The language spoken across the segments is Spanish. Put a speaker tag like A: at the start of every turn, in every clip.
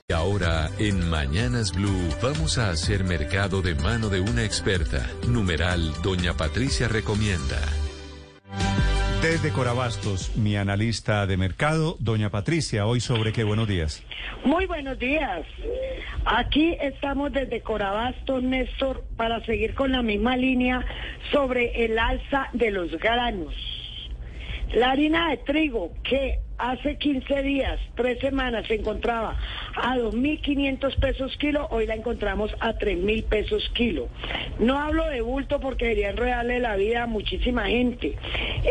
A: Ahora, en Mañanas Blue, vamos a hacer mercado de mano de una experta. Numeral, doña Patricia recomienda.
B: Desde Corabastos, mi analista de mercado, doña Patricia, hoy sobre qué buenos días.
C: Muy buenos días. Aquí estamos desde Corabastos, Néstor, para seguir con la misma línea sobre el alza de los granos. La harina de trigo, que hace 15 días, tres semanas, se encontraba a 2.500 pesos kilo, hoy la encontramos a 3.000 pesos kilo. No hablo de bulto porque querían rodearle la vida a muchísima gente.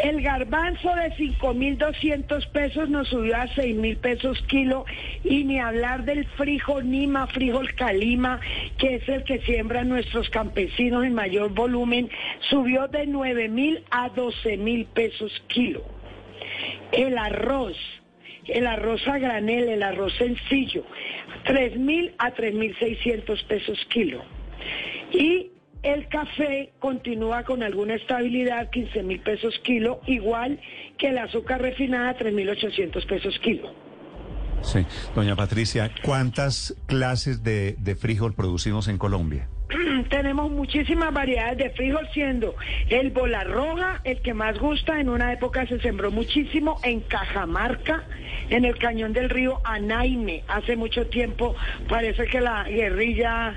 C: El garbanzo de 5.200 pesos nos subió a 6.000 pesos kilo y ni hablar del frijol nima, frijol calima, que es el que siembran nuestros campesinos en mayor volumen, subió de 9.000 a 12.000 pesos kilo el arroz, el arroz a granel, el arroz sencillo, 3.000 a 3.600 pesos kilo. Y el café continúa con alguna estabilidad, 15.000 pesos kilo, igual que el azúcar refinada, 3.800 pesos kilo.
B: Sí, doña Patricia, ¿cuántas clases de, de frijol producimos en Colombia?
C: tenemos muchísimas variedades de frijol, siendo el bola roja el que más gusta. En una época se sembró muchísimo en Cajamarca, en el cañón del río Anaime. Hace mucho tiempo parece que la guerrilla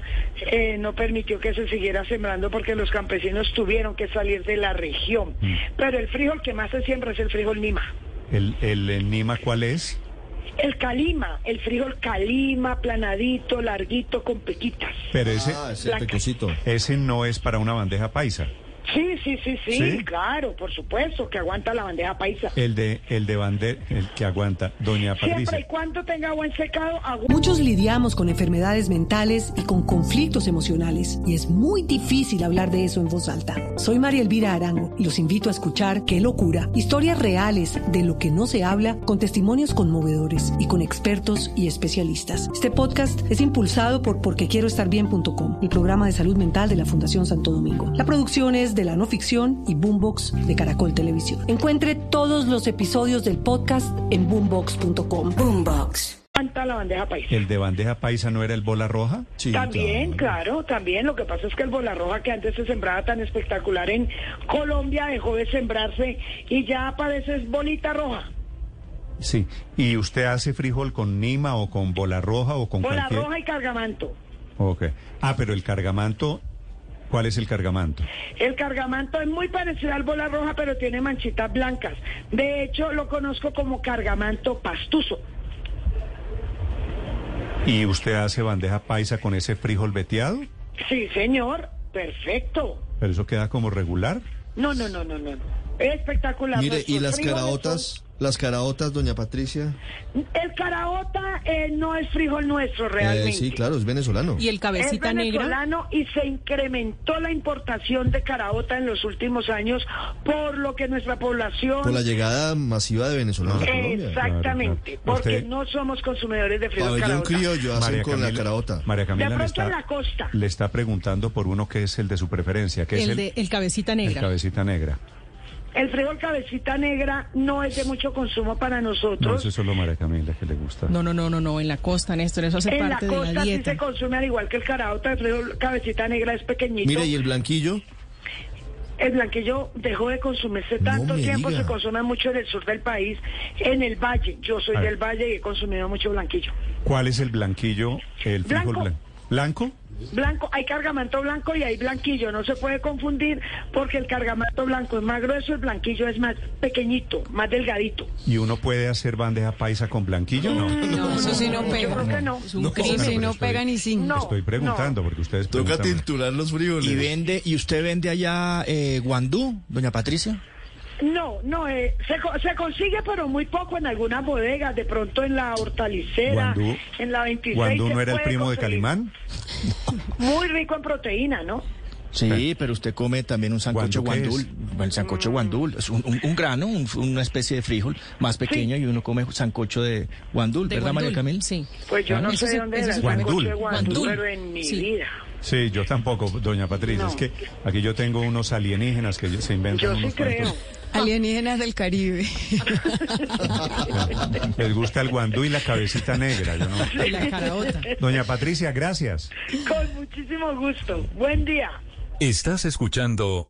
C: eh, no permitió que se siguiera sembrando porque los campesinos tuvieron que salir de la región. Mm. Pero el frijol que más se siembra es el frijol Nima.
B: ¿El, el, el Nima cuál es?
C: El calima, el frijol calima, planadito, larguito, con pequitas.
B: Pero ese, ah, ese, ese no es para una bandeja paisa.
C: Sí, sí, sí, sí, sí, claro, por supuesto, que aguanta la bandeja paisa.
B: El de, el de bandera, el que aguanta, doña Patricia.
C: Siempre y cuando tenga buen secado,
D: aguanta. Muchos lidiamos con enfermedades mentales y con conflictos emocionales, y es muy difícil hablar de eso en voz alta. Soy María Elvira Arango, y los invito a escuchar Qué locura, historias reales de lo que no se habla, con testimonios conmovedores y con expertos y especialistas. Este podcast es impulsado por porquequieroestarbien.com, el programa de salud mental de la Fundación Santo Domingo. La producción es de la no ficción y Boombox de Caracol Televisión. Encuentre todos los episodios del podcast en boombox.com.
C: Boombox. La bandeja paisa.
B: ¿El de bandeja paisa no era el bola roja?
C: Sí, también, claro. también. Lo que pasa es que el bola roja que antes se sembraba tan espectacular en Colombia dejó de sembrarse y ya aparece bolita roja.
B: Sí, ¿y usted hace frijol con nima o con bola roja o con
C: Bola
B: cualquier...
C: roja y cargamanto.
B: Ok. Ah, pero el cargamanto ¿Cuál es el cargamanto?
C: El cargamanto es muy parecido al bola roja, pero tiene manchitas blancas. De hecho, lo conozco como cargamanto pastuso.
B: ¿Y usted hace bandeja paisa con ese frijol veteado?
C: Sí, señor. Perfecto.
B: ¿Pero eso queda como regular?
C: No, no, no, no, no. Espectacular.
E: Mire, Nuestros ¿y las caraotas? Son... ¿Las caraotas, doña Patricia? Eh,
C: El caraota eh, no es frijol nuestro realmente. Eh,
E: sí, claro, es venezolano.
F: ¿Y el cabecita
C: es venezolano
F: negra?
C: y se incrementó la importación de caraota en los últimos años, por lo que nuestra población... Eh,
E: Por la llegada masiva de venezolanos
C: Exactamente, claro, claro. porque Usted... no somos consumidores de frijol
E: caraota. un criollo hacen María con Camila, la caraota.
B: María Camila
C: de
B: le
C: está, la costa.
B: le está preguntando por uno que es el de su preferencia, que
F: el
B: es
F: el... De, el cabecita negra.
B: El cabecita negra.
C: El frijol cabecita negra no es de mucho consumo para nosotros. No,
B: eso es solo María Camila que le gusta.
F: No, no, no, no, no, en la costa, Néstor, eso hace
C: en
F: parte
C: la costa
F: de la
C: Sí
F: dieta.
C: se consume al igual que el caraota, el frijol cabecita negra es pequeñito.
E: Mire, ¿y el blanquillo?
C: El blanquillo dejó de consumirse tanto no tiempo, diga. se consume mucho en el sur del país, en el valle. Yo soy del valle y he consumido mucho blanquillo.
B: ¿Cuál es el blanquillo, el frijol blanco? ¿Blanco?
C: blanco, hay cargamento blanco y hay blanquillo, no se puede confundir porque el cargamento blanco es más grueso, el blanquillo es más pequeñito, más delgadito.
B: ¿Y uno puede hacer bandeja paisa con blanquillo? No,
C: Mm.
F: no, no eso sí no pega.
C: Yo creo que no.
F: Es un no, crimen, bueno, no
B: estoy,
F: pega ni sin. No,
B: estoy preguntando porque ustedes
E: Toca tinturar los frijoles.
G: ¿Y vende y usted vende allá eh, guandú, doña Patricia?
C: No, no, eh, se, co- se consigue, pero muy poco en algunas bodegas, de pronto en la hortalicera,
B: Guandú,
C: en la 26.
B: Guandú
C: se
B: no era el
C: puede
B: primo de
C: conseguir.
B: Calimán.
C: Muy rico en proteína, ¿no?
G: Sí, pero usted come también un sancocho
B: Eh. ¿Guandú qué es?
G: guandul. El sancocho guandul es un, un- un grano, un- una especie de frijol más pequeño y uno come sancocho de guandul,
F: De
G: ¿verdad, María
F: guandul,
G: Camil?
F: Sí.
C: Pues yo no
F: Eso
C: sé
F: sí,
C: dónde
F: eso
C: era
F: sí.
C: el sancocho
B: Guandul.
C: de
F: Guandul.
C: pero en mi
F: Sí.
C: vida.
B: Sí, yo tampoco, doña Patricia.
C: No.
B: Es que aquí yo tengo unos alienígenas que se inventan
C: Yo sí
B: unos
C: creo.
B: cuantos.
F: Alienígenas del Caribe.
B: Les gusta el guandú y la cabecita negra. yo no.
F: La caraota.
B: Doña Patricia, gracias.
C: Con muchísimo gusto. Buen día.
A: Estás escuchando